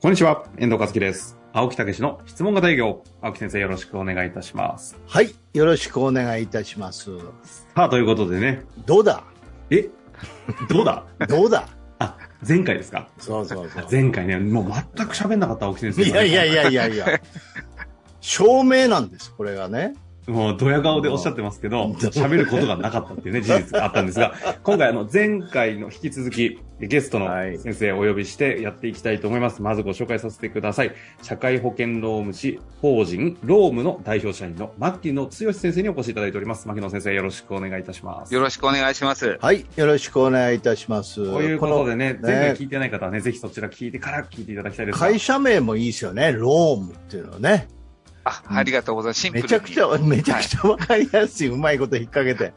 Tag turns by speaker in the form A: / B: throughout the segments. A: こんにちは、遠藤和樹です。青木武の質問型営業。青木先生、よろしくお願いいたします。
B: はい、よろしくお願いいたします。
A: さあ、ということでね、
B: どうだ
A: え、どうだ
B: どうだ
A: あ、前回ですか
B: そうそうそう。
A: 前回ね、もう全く喋んなかった青木先生。
B: いやいやいやいやいや。証明なんです、これがね。
A: もうドヤ顔でおっしゃってますけど、喋ることがなかったっていうね、事実があったんです が、今回あの、前回の引き続き、ゲストの
B: はい
A: 先生をお呼びしてやっていきたいと思います。まずご紹介させてください。社会保険労務士法人、労務の代表社員の牧野剛先生にお越しいただいております。牧野先生、よろしくお願いいたします。
C: よろしくお願いします。
B: はい、よろしくお願いいたします。
A: ということでね、
B: この
A: 前回聞いてない方はね、ぜひそちら聞いてから聞いていただきたいですが。
B: 会社名もいいですよね、ロームっていうのね。
C: あ、ありがとうございます。シン
B: め
C: プルに。
B: ちゃくちゃ、めちゃくちゃわかりやすい、うまいこと引っ掛けて。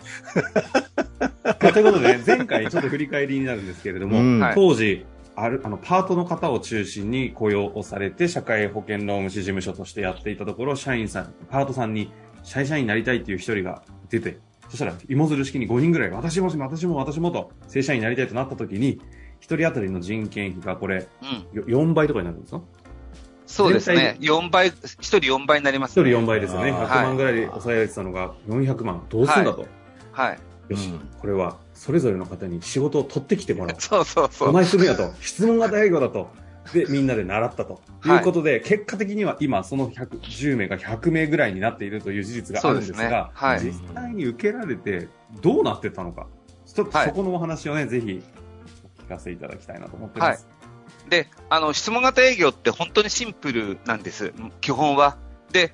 A: まあということで、 ね、前回ちょっと振り返りになるんですけれども、
B: うん
C: はい
A: 当時、ある、あの、パートの方を中心に雇用をされて、社会保険労務士事務所としてやっていたところ、社員さん、パートさんに、社員社員になりたいっていう一人が出て、そしたら、芋づる式に5人ぐらい、私も、私も、私もと、正社員になりたいとなった時に、一人当たりの人件費がこれ、
C: うん。
A: よ4倍とかになるんですか
C: そうですね。
A: 全
C: 4倍、一人4倍になりま
A: 一
C: す、
A: 人
C: ね。
A: 4倍ですよね。
B: あー
A: 100万ぐらいで抑えられてたのが400万。どうすんだと。
C: はい。
A: よし、
B: うん
A: これは、それぞれの方に仕事を取ってきてもらおう。
C: そうそう そ
A: お
C: う。
A: 前すぐやと。質問型営業だと。で、みんなで習ったと。
C: はい
A: いうことで、結果的には今、その100 10名が100名ぐらいになっているという事実があるんです
C: そうですね
A: が、
C: はい
A: 実際に受けられて、どうなってたのか。ちょっと
C: はい
A: そこのお話をね、ぜひ、お聞かせいただきたいなと思ってます。
C: で、あの、質問型営業って本当にシンプルなんです。基本は。で、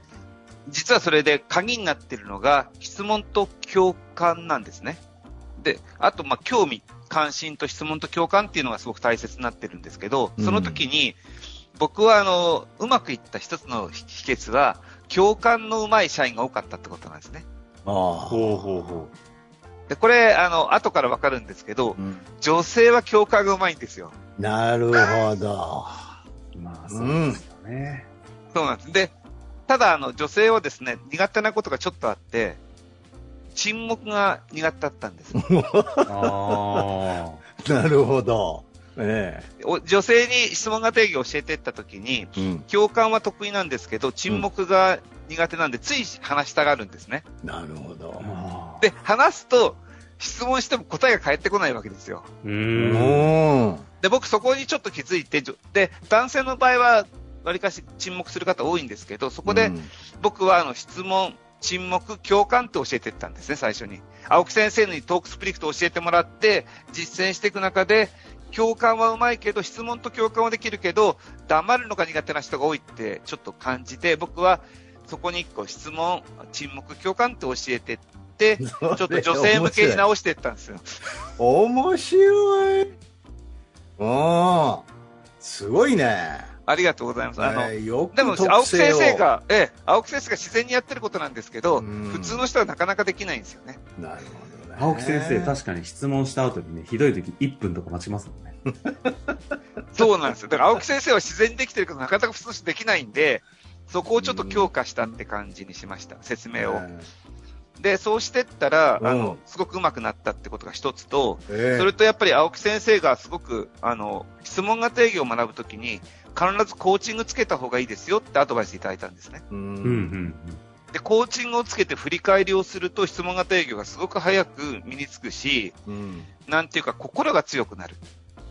C: 実はそれで鍵になってるのが、質問と共感なんですね。で、あと、まあ、興味、関心と質問と共感っていうのがすごく大切になってるんですけど、その時に、僕は、あの、うまくいった一つの秘訣は、共感のうまい社員が多かったってことなんですね。
B: ああ。
A: ほうほうほ
C: で、これ、あの、後からわかるんですけど、
B: うん
C: 女性は共感がうまいんですよ。
B: なるほど。
A: う。まあ、そうですよね。
C: そうなんです。で、ただ、あの、女性はですね、苦手なことがちょっとあって、沈黙が苦手だったんです。
A: ああ。
B: なるほど。え
C: お女性に質問が定義を教えていったときに、
B: え。うん。
C: 共感は得意なんですけど、沈黙が苦手なんで、つい話したがるんですね。
B: なるほど。
A: まあ
C: で、話すと、質問しても答えが返ってこないわけですよ。
A: うー
B: う
A: ん。
B: ん。
C: で、僕そこにちょっと気づいて、じょで、男性の場合は、わりかし沈黙する方多いんですけど、そこで、
B: うん
C: 僕はあの質問、沈黙、共感って教えてったんですね、最初に。青木先生にトークスプリクトを教えてもらって、実践していく中で、共感はうまいけど、質問と共感はできるけど、黙るのが苦手な人が多いってちょっと感じて、僕はそこに一個質問、沈黙、共感って教えてって、ちょっと女性向けに直していったんですよ。
B: 面白い。うん。すごいね。
C: ありがとうございます。あの、
B: ねよく
C: でも、
B: 特性を
C: 青木先生。が、ええ、青木先生が自然にやってることなんですけど、
B: うん
C: 普通の人はなかなかできないんですよね。
B: なるほどね。
A: 青木先生、確かに質問した後にね、ひどい時1分とか待ちますもんね。
C: そうなんですよ。だから青木先生は自然にできてるけど、なかなか普通の人できないんで、そこをちょっと強化したって感じにしました、説明を。で、そうしてったら、あ
B: うん
C: の、すごく上手くなったってことが一つと、
B: ええ
C: それとやっぱり青木先生がすごく、あの、質問型営業を学ぶときに、必ずコーチングつけた方がいいですよってアドバイスいただいたんですね。
B: う。
A: うんうんんうん。
C: で、コーチングをつけて振り返りをすると、質問型営業がすごく早く身につくし、
B: うん。
C: なんていうか心が強くなる。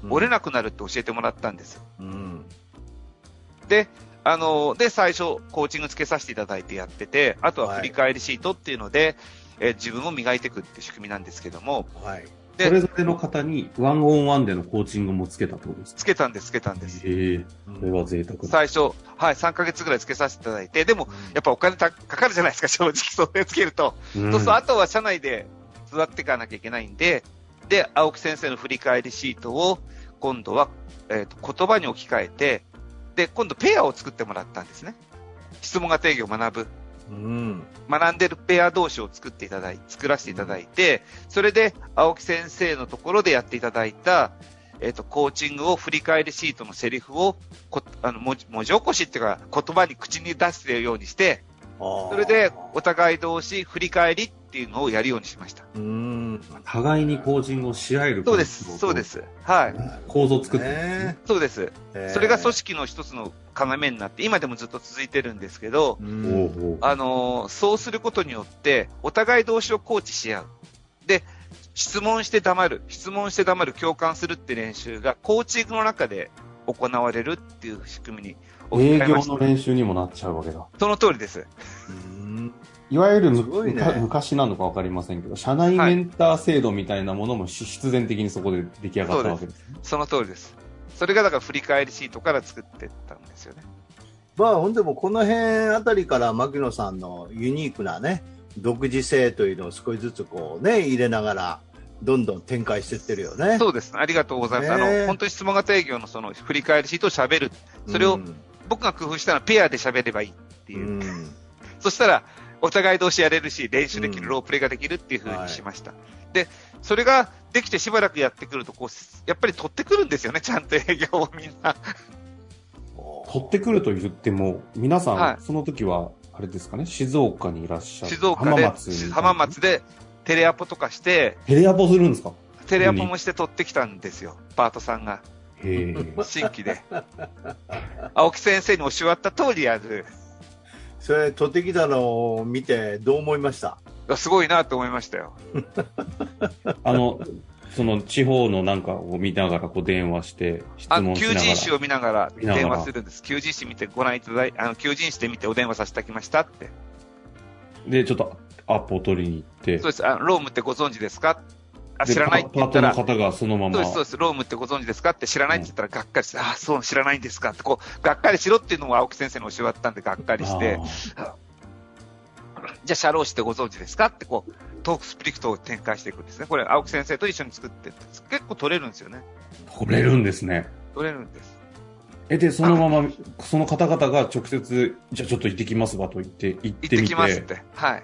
C: 折れなくなるって教えてもらったんです。
B: うん。
C: で、あの、で、最初、コーチングつけさせていただいてやってて、あとは振り返りシートっていうので、えー自分を磨いていくって仕組みなんですけども、
B: はい。
C: で
A: それぞれの方にワンオンワンでのコーチングもつけたってことですか
C: つけたんです、つけたんです。
A: ええ
B: うん
A: これは贅沢だ。
C: 最初、はい、3ヶ月ぐらいつけさせていただいて、でも、やっぱお金たかかるじゃないですか、 正直、それつけると。
A: うん
C: そうすると、あとは社内で育っていかなきゃいけないんで、で、青木先生の振り返りシートを、今度は、えーと、言葉に置き換えて、で、今度ペアを作ってもらったんですね。質問型営業を学ぶ。
B: うん。
C: 学んでるペア同士を作っていただい、作らせていただいて、それで青木先生のところでやっていただいた、えっ、と、コーチングを振り返りシートのセリフを、こあの文字、文字起こしっていうか、言葉に口に出してるようにして、
B: そ
C: それでお互い同士振り返りっていうのをやるようにしました。
B: うん。うん。
A: 互いにコーチングをし合える
C: そうです、そうです。はい。
A: 構造を作ってるんですね
B: ね
C: そうです。
B: え
C: それが組織の一つの要になって、今でもずっと続いてるんですけど、
B: うん
A: おうおう
C: あのーそうすることによって、お互い同士をコーチし合う。で、質問して黙る、質問して黙る、共感するって練習が、コーチングの中で行われるっていう仕組みに置き
A: 営
C: 換えま
A: 業
C: した
A: の。練習にもなっちゃうわけだ。
C: その通りです。
B: うん
A: いわゆるむ、
B: すごいね
A: むか昔なのかわかりませんけど、社内メンター制度みたいなものもし必然的にそこで出来上がったわけですね。
C: その通りです。それがだから振り返りシートから作ってったんですよね。
B: まあ、ほんでもこの辺あたりから牧野さんのユニークなね、独自性というのを少しずつこうね、入れながら、どんどん展開してってるよね。
C: そうです。ありがとうございます。あ
B: ねえ
C: の、本当に質問型営業のその振り返りシートを喋る。それを
B: ん
C: 僕が工夫したのはペアで喋ればいいっていう。
B: うん
C: そしたら、お互い同士やれるし、練習でき
B: うん
C: る、ロープレイができるっていう風にしました。で、それができてしばらくやってくると、こう、やっぱり取ってくるんですよね、ちゃんと営業をみん な。
A: 取ってくると言っても、皆さん、
C: はい
A: その時は、あれですかね、静岡にいらっしゃる。
C: 静岡で、
A: 浜
C: 浜
A: 松に
C: 松でテレアポとかして、
A: テレアポするんですか
C: テレアポもして取ってきたんですよ、パートさんが。
A: へえ。
C: 新規で。 青木先生に教わった通りやる。
B: それ、取ってきたのを見て、どう思いました
C: いやすごいなと思いましたよ。
A: あの、 その地方のなんかを見ながらこう電話して、質
C: あの、
A: 問しながら。
C: 求人誌を見ながら
A: 見ながら
C: 電話するんです。求人誌見てご覧いただい、あの、求人誌で見てお電話させていただきましたって。
A: で、ちょっとアポを取りに行って
C: そう、です。あロームってご存知ですかあ、
A: で
C: 知らないって
A: パパ
C: 言っ
A: ート
C: た
A: の
C: ら、
A: 方がそのま
C: そう
A: ま
C: です、そうです。ロームってご存知ですかって知らないって言ったらがっかりして、あ、そう、知らないんですかって、こう、がっかりしろっていうのも青木先生に教わったんでがっかりして、じゃあ、社労士ってご存知ですかって、こう、トークスプリクトを展開していくんですね。これ、青木先生と一緒に作ってって結構取れるんですよね。
A: あー取れるんですね。
C: 取れるんです。
A: え、で、そのまま、その方々が直接、じゃあちょっと行ってきますわと言って、行っ
C: 行ってて
A: み
C: き
A: て、
C: ますって。はい。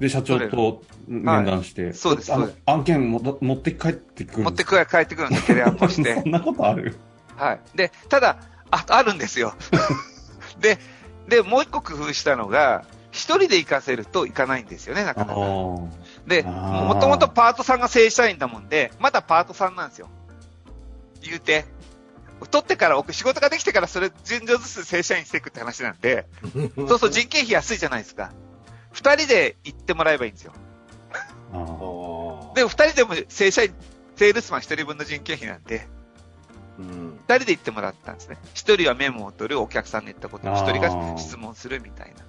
A: で、社長と面談して、
C: そうです
A: あ
C: そう
A: の
C: で、
A: 案件もど持って帰ってくる
C: 持
A: ん
C: っ
A: で
C: て
A: す
C: く帰ってくるんですテレアポして
A: そ。んなことある
C: はい。で、ただ、あ、あるんですよ。で、で、もう一個工夫したのが、一人で行かせると行かないんですよね、な
A: あ
C: かなか。
A: ー
C: で、
A: あー
C: もともとパートさんが正社員だもんで、まだパートさんなんですよ。言うて。取ってから、仕事ができてからそれ順序ずつ正社員していくって話なんで、そうそう人件費安いじゃないですか。二人で行ってもらえばいいんですよ。
A: あー
B: あー
C: でも二人でも正社員、セールスマン一人分の人件費なんで、
B: うん
C: 二人で行ってもらったんですね。一人はメモを取る、お客さんに言ったことを、
A: あ
C: 一
A: ー
C: 人が質問するみたいな。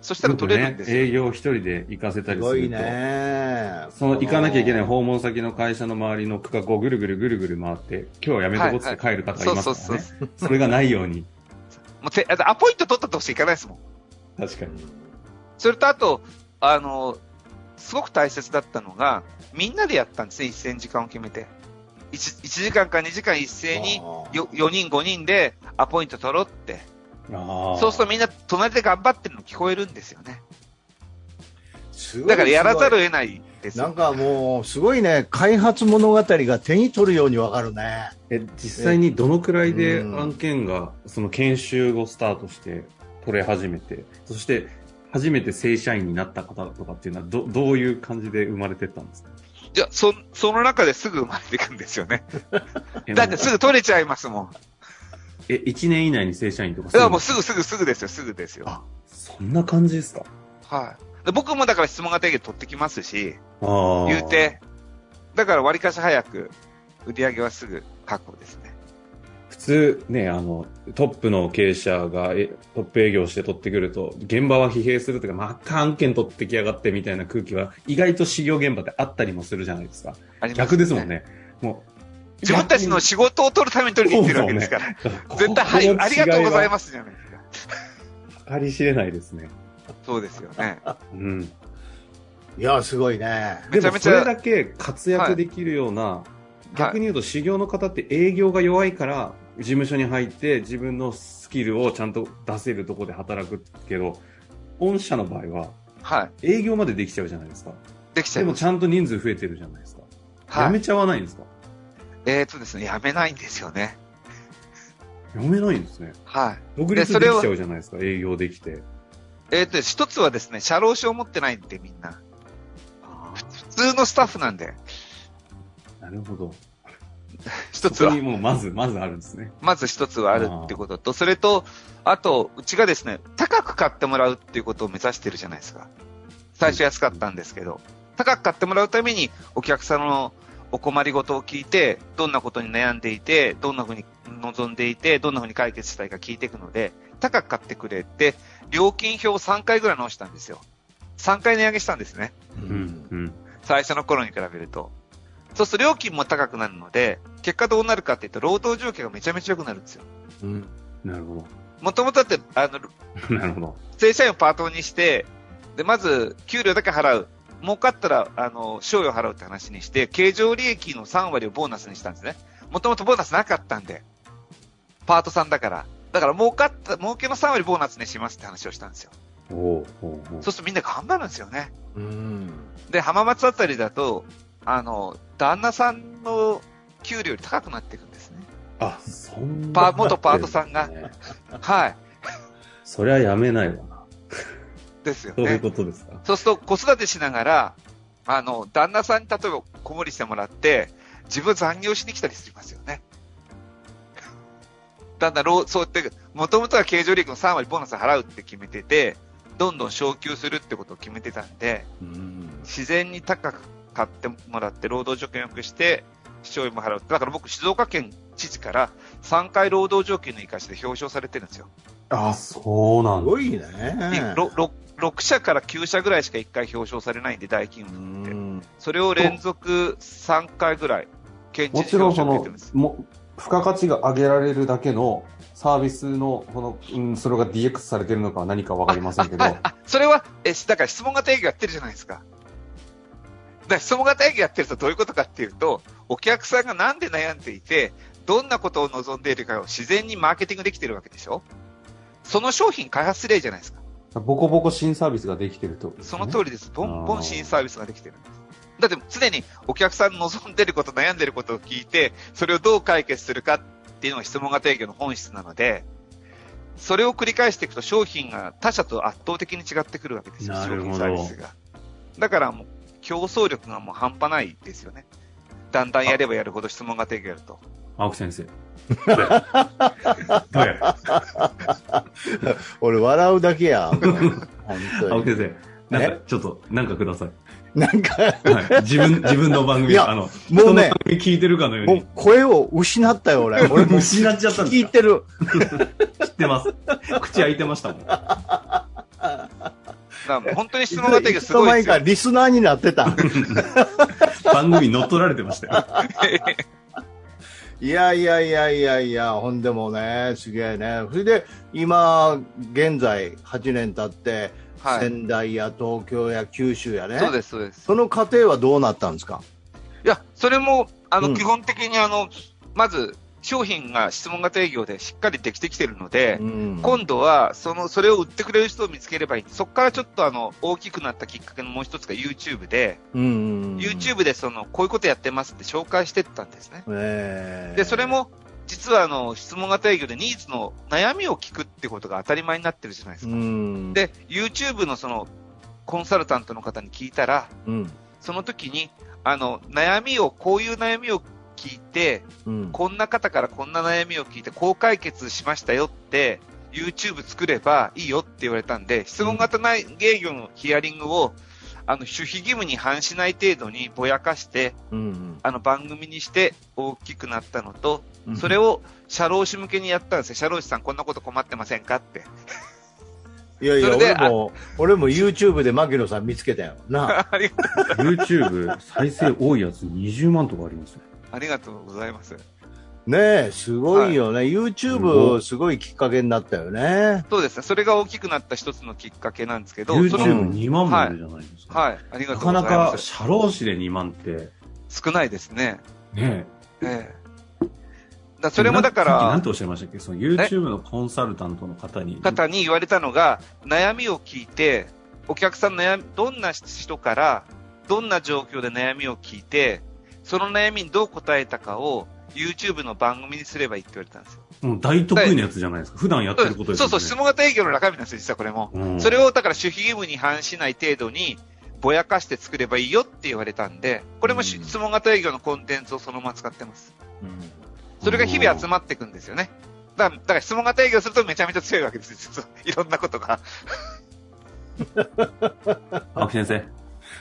C: そしたら取れるんですよ。
A: よくね、営業一人で行かせた
B: す
A: り
B: ご
A: す
B: い
A: ると。
B: ね。
A: その行かなきゃいけない
B: 方
A: 訪問先の会社の周りの区画をぐるぐるぐるぐる回って、今日はやめとこうっつって帰る方がいますからね。それがないように。
C: もうてあとアポイント取ったとしていかないですもん。
A: 確かに。
C: それとあと、あの、すごく大切だったのが、みんなでやったんですね、一斉に時間を決めて。一一時間か二時間一斉によ4人5人でアポイント取ろうって。
A: ああ。
C: そうするとみんな隣で頑張ってるの聞こえるんですよね。
B: と
C: だからやらざるを得ないですよ
B: なんかもう、すごいね、開発物語が手に取るようにわかるね。
A: え、実際にどのくらいで
B: うん
A: 案件が、その研修をスタートして取れ始めて、そして初めて正社員になった方とかっていうのは、ど、どういう感じで生まれてったんですか
C: いや、そ、その中ですぐ生まれていくんですよね。
A: え
C: だってすぐ取れちゃいますもん。
A: え、1年以内に正社員とか
C: だからもう
A: そ
C: すぐすぐすぐですよ、すぐですよ。
A: そんな感じですか
C: はい。で僕もだから質問が定義取ってきますし、
A: ああ。
C: 言う。て、だから割かし早く、売り上げはすぐ確保ですね。
A: 普通ね、あの、トップの経営者がえトップ営業して取ってくると、現場は疲弊するとか、また案件取ってきやがってみたいな空気は、意外と修行現場ってあったりもするじゃないですか。
C: あります
A: 逆ですもん。ね。もう。
C: 自分たちの仕事を取るために取りに行ってるわけですから。絶対、はい、ありがとうござい
A: す。
C: ますじゃないですか。
A: 計り知れないですね。
C: そうですよね。
A: うん。
B: いや、すごいね。
A: で
C: めちゃ
A: も
C: め
A: そ
C: ちゃ
A: れだけ活躍できるような、逆に言うと修行の方って営業が弱いから事務所に入って自分のスキルをちゃんと出せるところで働くけど御社の場合は
C: はい。
A: 営業までできちゃうじゃないですか
C: できちゃ
A: で
C: い
A: も
C: ます。
A: ちゃんと人数増えてるじゃないですか、や
C: はい
A: め。ちゃわないんですか
C: えっとですね、やめないんですよね。
A: やめないんですね
C: はい。
A: 独立
C: でそ
A: で
C: れ
A: き
C: は
A: ちゃうじゃないですか営業できて
C: えっ、と、一つはですね、社労士を持ってないんで、みんな。普通のスタッフなんで、
A: なるほど。
C: 一つは
A: そこ。にもうまず、まずあるんですね。
C: まず一つはあるってことと、それと、あと、うちがですね、高く買ってもらうっていうことを目指してるじゃないですか。最初安かったんですけど、高く買ってもらうために、お客様のお困りごとを聞いて、どんなことに悩んでいて、どんなふうに望んでいて、どんなふうに解決したいか聞いていくので、高く買ってくれって、料金表を3回ぐらい直したんですよ。3回値上げしたんですね。
A: うん、うん。
C: 最初の頃に比べると。そうすると料金も高くなるので、結果どうなるかっていうと、労働条件がめちゃめちゃ良くなるんですよ。
B: うん
A: なるほ
C: もともとだって、あの、
A: ど。 なるほど。
C: 正社員をパートにして、で、まず、給料だけ払う。儲かったら、あの、賞与を払うって話にして、経常利益の3割をボーナスにしたんですね。もともとボーナスなかったんで。パートさんだから。だから、儲かった、儲けの3割ボーナスにしますって話をしたんですよ。
A: おおおうおう
C: そうするとみんな頑張るんですよね。
B: うん
C: で、浜松あたりだと、あの、旦那さんの給料より高くなっていくんですね。
A: あ、そんな。
C: パ元パートさんが。はい。
A: そりゃやめないわな。
C: ですよ
A: そういう
C: ね。
A: ことですか。
C: そうすると、子育てしながら、あの、旦那さんに例えば子守りしてもらって、自分残業しに来たりしますよね。 だんだん労、そうやって、もともとは経常利益の3割ボーナス払うって決めてて、どんどん昇給するってことを決めてたんで、
B: うん
C: 自然に高く買ってもらって、労働条件を良くして、視聴費も払う。だから僕、静岡県知事から3回労働条件の生かして表彰されてるんですよ。
A: あ、そうな
B: す
A: んだ。
B: ごいね。
C: 6, 社から9社ぐらいしか1回表彰されないんで、大金を
B: う
C: 含めて。
B: ん
C: それを連続3回ぐらい、県知
A: も
C: 事
A: ちろん
C: 表
A: そ
C: 彰を
A: の
C: 受けてるんです。
A: も付加価値が上げられるだけのサービスのこの、うん、それが DX されてるのかは何かわかりませんけ ど、
C: あ、それは、え、だから質問型営業やってるじゃないですか。だから質問型営業やってるとどういうことかっていうと、お客さんがなんで悩んでいて、どんなことを望んでいるかを自然にマーケティングできてるわけでしょその商品開発例じゃないですか。
A: ボコボコ新サービスができてるってことです
C: そ
A: ね、
C: の通りです。ボンボ
A: あー
C: ン新サービスができてるんです。だって常にお客さんの望んでること、悩んでることを聞いて、それをどう解決するかっていうのが質問型営業の本質なので、それを繰り返していくと商品が他社と圧倒的に違ってくるわけですよ、
A: な
C: 商
A: るほど
C: 品サービスが。だからもう競争力がもう半端ないですよね。だんだんやればやるほど質問型営業やると。
A: 青木先生。どう やどうや
B: 俺笑うだけやん。もう本当
A: 青木
B: に。
A: 先生。なんか、ちょっと、なんかください。
B: なんか、
A: はい、自分、 自分の番組、
B: いや
A: あの、
B: もうね
A: 人の番組聞いてるかのよう
B: も
A: に
B: う、声を失ったよ、 俺。俺もう
A: 失っちゃったんです
B: 聞
A: か
B: いてる。
A: 知ってます。口開いてましたもん。
C: だからもう本当に質問型営業す
B: いつの
C: ご
B: 間に
C: いです
B: か
C: よ。
B: リスナーになってた。
A: 番組に乗っ取られてましたよ。
B: いやいやいやいやいや、ほんでもね、すげえね。それで、今、現在、8年経って、
C: はい。
B: 仙台や東京や九州やね。
C: そうです、そうです。
B: その過程はどうなったんですか
C: いや、それも、あの、
B: うん
C: 基本的にあの、まず、商品が質問型営業でしっかりできてきてるので、
B: ん
C: 今度は、その、それを売ってくれる人を見つければいい。そこからちょっとあの、大きくなったきっかけのもう一つが YouTube で、
B: うん。
C: YouTube でその、こういうことやってますって紹介してったんですね。
B: ええ
C: で、それ、も、実はあの、質問型営業でニーズの悩みを聞くってことが当たり前になってるじゃないです
B: う
C: か。
B: ん。、
C: で、YouTube のその、コンサルタントの方に聞いたら、
B: うん。
C: その時に、あの、悩みを、こういう悩みを聞いて、
B: うん。
C: こんな方からこんな悩みを聞いて、こう解決しましたよって、YouTube 作ればいいよって言われたんで、質問型ない営業のヒアリングを、あの、守秘義務に反しない程度にぼやかして、
B: うん。
C: あの、番組にして大きくなったのと、
B: うん
C: それを社労士向けにやったんですよ。社労士さんこんなこと困ってませんかって。
B: いやい
C: そ
B: や、
C: れで
B: 俺も、俺も YouTube で牧野さん見つけたよ。 なあ。
C: あり
A: YouTube 再生多いやつ20万とかありますね。
C: ありがとうございます。
B: ねえ、すごいよね。YouTube すごいきっかけになったよね。
C: そうですね。それが大きくなった一つのきっかけなんですけど、その、
A: YouTube2 万もいるじゃないですか。
C: はい、ありが
A: な
C: とうござ
A: か
C: いま
A: な
C: す。
A: か、社労士で2万って、
C: 少ないですね。
A: ね
C: ええ。だそれもだか
A: さっきなん
C: ら、
A: ておっしゃいましたっけその YouTube のコンサルタントの方に。
C: 方に言われたのが、悩みを聞いて、お客さんの悩み、どんな人から、どんな状況で悩みを聞いて、その悩みにどう答えたかを、YouTube の番組にすればいいって言われたんですよ。
A: もう大得意なやつじゃないですか。普段やってることです
C: そ
A: よ
C: う
A: ね。
C: そう、質問型営業の中身なんですよ、実はこれも。
A: うん
C: それをだから守秘義務に反しない程度に、ぼやかして作ればいいよって言われたんで、これもし
B: うん
C: 質問型営業のコンテンツをそのまま使ってます。
B: うん
C: それが日々集まっていくんですよね。だから、だから質問型営業するとめちゃめちゃ強いわけですよ 実は。いろんなことが。
A: 青木先生。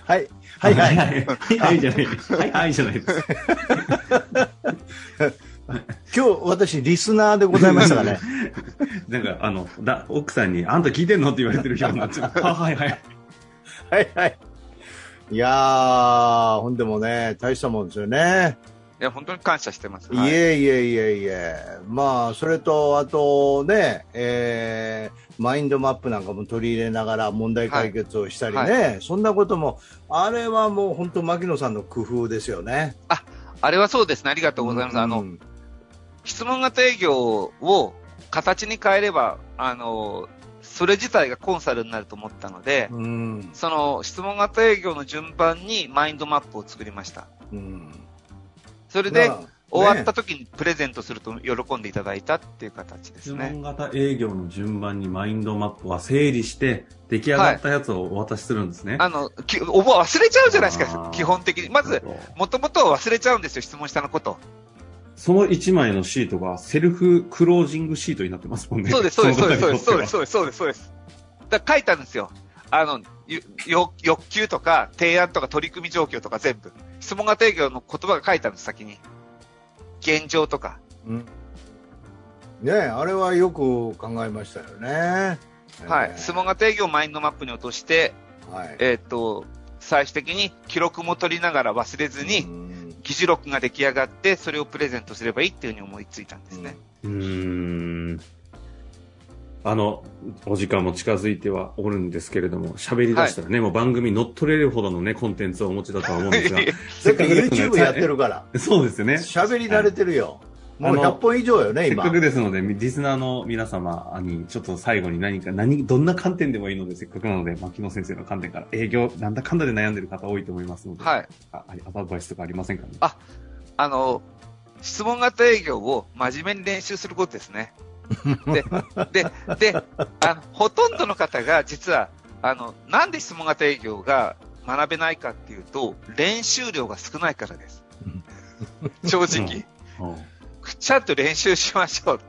B: はい、はい、はい。
A: い。はい、じゃない。はい、はい、じゃないです。
B: 今日私リスナーでございましたか ね。
A: なんか、あの、だ奥さんに、あんた聞いてんのって言われてるようになっ ちゃう。あはい、はい。
B: はいはい。いやー、ほんでもね、大したもんですよね。
C: いや、本当に感謝してます。
B: い
C: はい
B: えいえいえいえ。まあ、それと、あとね、えーマインドマップなんかも取り入れながら問題解決をしたりね、そんなことも、あれはもう本当、牧野さんの工夫ですよね。
C: あれはそうですね。ありがとうございます。あの、
B: うん
C: 質問型営業を形に変えれば、あの、それ自体がコンサルになると思ったので、
B: うん。
C: その質問型営業の順番にマインドマップを作りました。
B: うん。
C: それで、
B: まあ
C: 終わった時にプレゼントすると喜んでいただいたっていう形で
A: 質
C: すね。
A: 問型営業の順番にマインドマップは整理して、出来上がったやつをお渡しするんですね。
C: あの、き覚え忘れちゃうじゃないです
A: あ
C: か
A: ー、
C: 基本的に。まず、、もともと忘れちゃうんですよ、質問したのこと。
A: その1枚のシートがセルフクロージングシートになってますもんね。
C: そうです、そうです、そうです、そうです、
A: そ
C: そううです、そうです、そうです、そうです。だから書いたんですよ。あの、ゆよ欲求とか、提案とか、取り組み状況とか全部。質問型営業の言葉が書いたんです、先に。現状とか。
B: うんねあれはよく考えましたよね。
C: はい。
B: えー
C: 質問型営業をマインドマップに落として、
B: はい。
C: えーっと、最終的に記録も取りながら忘れずに、
B: うん
C: 議事録が出来上がって、それをプレゼントすればいいっていうふうに思いついたんですね。
A: うーん。あの、お時間も近づいてはおるんですけれども、喋り出したらね、もう番組に乗っ取れるほどのね、コンテンツをお持ちだとは思うん ですが
C: いえいえ、
B: だって YouTube やって
A: る。
B: る から、
A: そうですよね。
B: 喋り慣れてるよ。
A: は
B: も
A: いう
B: 100本以上よね、
A: せっ
B: 今。。
A: かくですので、リスナーの皆様に、ちょっと最後に何か、何、どんな観点でもいいので、せっかくなので、牧野先生の観点から、営業、なんだかんだで悩んでる方多いと思いますので、
C: はい。
A: あアドバイスとかありませんかね
C: ああの、質問型営業を真面目に練習することですね。で、で、で、あのほとんどの方が実は、あの、なんで質問型営業が学べないかっていうと、練習量が少ないからです。正直。
A: うん
C: ちゃんと練習しましょう。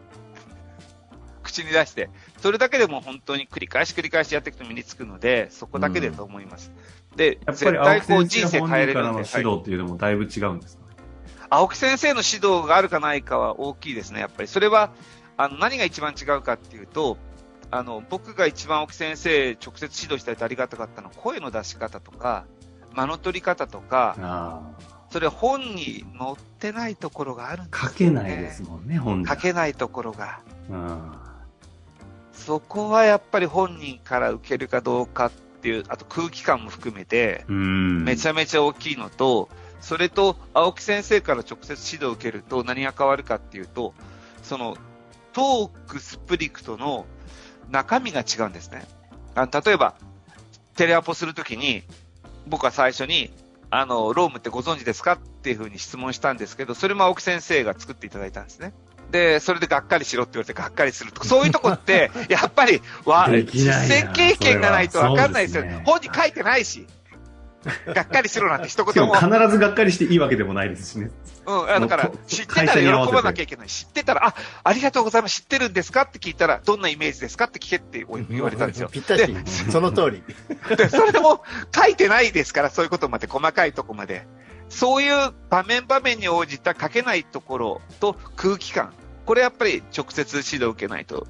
C: 口に出して。それだけでも本当に繰り返し繰り返しやっていくと身につくので、そこだけでと思います。で、
A: やっぱり
C: 絶対こ
A: 青
C: う
A: 木先生
C: 人生
A: 本
C: 変えれ
A: 人か
C: る
A: ら
C: ん
A: の
C: で。
A: 指導っていうのもだいぶ違うんですか、
C: 青木先生の指導があるかないかは大きいですね、やっぱり。それは、あの、何が一番違うかっていうと、あの、僕が一番青木先生直接指導したいとありがたかったのは、声の出し方とか、間の取り方とか、
A: あ
C: それ本に載ってないところがあるん
A: あ
C: です
A: 書けないですもんね、本人。
C: 書けないところが。
A: うん
C: そこはやっぱり本人から受けるかどうかっていう、あと空気感も含めて、
A: うん。
C: めち
A: ゃ
C: ゃめちゃ大きいのと、それと青木先生から直接指導を受けると何が変わるかっていうと、そのトークスプリクトの中身が違うんですね。あ例えば、テレアポするときに、僕は最初に、あの、ロームってご存知ですかっていうふうに質問したんですけど、それも青木先生が作っていただいたんですね。で、それでがっかりしろって言われてがっかりする とか、そういうとこって、やっぱり、わ、
A: でき
C: 実
A: ないな
C: 践経験がないとわかんないですよね。
A: それはそう
C: 本
A: ですね
C: に書いてないし。がっかりしろなんて一
A: しか
C: 言
A: も
C: も。
A: 必ずがっかりしていいわけでもないですしね。
C: うん、あだから
A: もう、
C: 知ってたら喜ばなきゃいけない。知ってたら、あ、ありがとうございます。知ってるんですかって聞いたら、どんなイメージですかって聞けって言われたんですよ
B: ぴったし
C: で、
B: その通り。
C: で、 それも書いてないですから、そういうことまで、細かいとこまで。そういう場面場面に応じた書けないところと空気感。これやっぱり直接指導を受けないと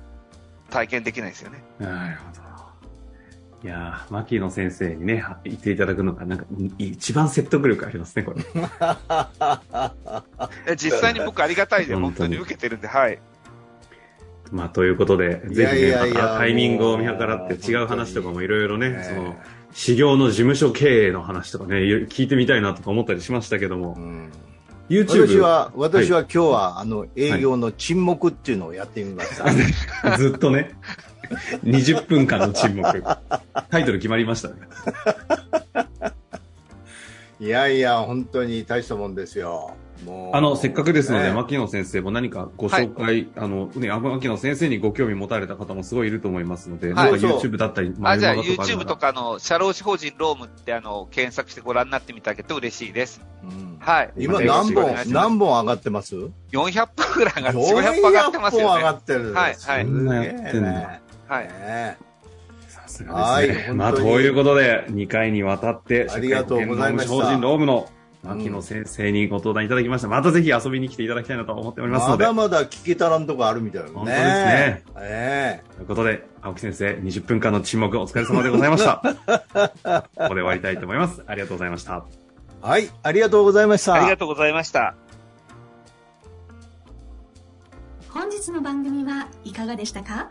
C: 体験できないですよね。
A: なるほど。いやー、牧野先生にね、言っていただくのが、なんか、い一番説得力ありますね、これ。
C: え実際に僕ありがたいで、
A: 本
C: 本
A: 当
C: 当
A: に
C: に受けてるんで、はい。
A: まあ、ということで、ぜひ
B: いや
A: ね、ま
B: いやいや
A: たタイミングを見計らって違う話とかもいろいろね、その、修行の事務所経営の話とかね、いろいろ聞いてみたいなとか思ったりしましたけど
B: う
A: も、
B: ん
A: YouTube。
B: 私は、私は今日は、あの、営業の沈黙っていうのをやってみました。
A: ずっとね、20分間の沈黙。タイトル決まりましたね。
B: いやいや、本当に大したもんですよ。もう
A: あの、せっかくですので、
B: ね
A: 牧野先生も何かご紹介、あの、ね、あ牧野先生にご興味持たれた方もすごいいると思いますので、
C: はい
A: なんか YouTube だったり、
C: あ、じゃあ
A: マルマガ
C: YouTube とかの、社労士法人ロームってあの、検索してご覧になってみてあげて嬉しいです。
B: うん
C: はい。
B: 今
A: よろ
B: 何
A: しくお願いし
B: 本
A: ます、
B: 何本上がってます
C: 400本ぐらい上がって、
B: 400
C: 400本上がってます
B: 本
C: よ
B: 上が
C: ね。
B: ってる。
C: はいはい
B: すげえね
A: そんなやってんだ
C: はい。
B: ね
A: さすがですね。
B: はい
A: まあ、
B: 本当
A: と
B: に
A: いうことで、2回にわたって、
B: ありがとうございました
A: 社会保険労務士法人ロームの牧野先生にご登壇いただきました。またぜひ遊びに来ていただきたいなと思っておりますの
B: ま
A: で。
B: だまだ聞けたらんとこあるみたいなね。
A: 本当ですね
B: ええ
A: ということで、青木先生、20分間の沈黙お疲れ様でございました。ここで終わりたいと思います。ありがとうございました。
B: はい、ありがとうございました。
C: ありがとうございました。
D: 本日の番組はいかがでしたか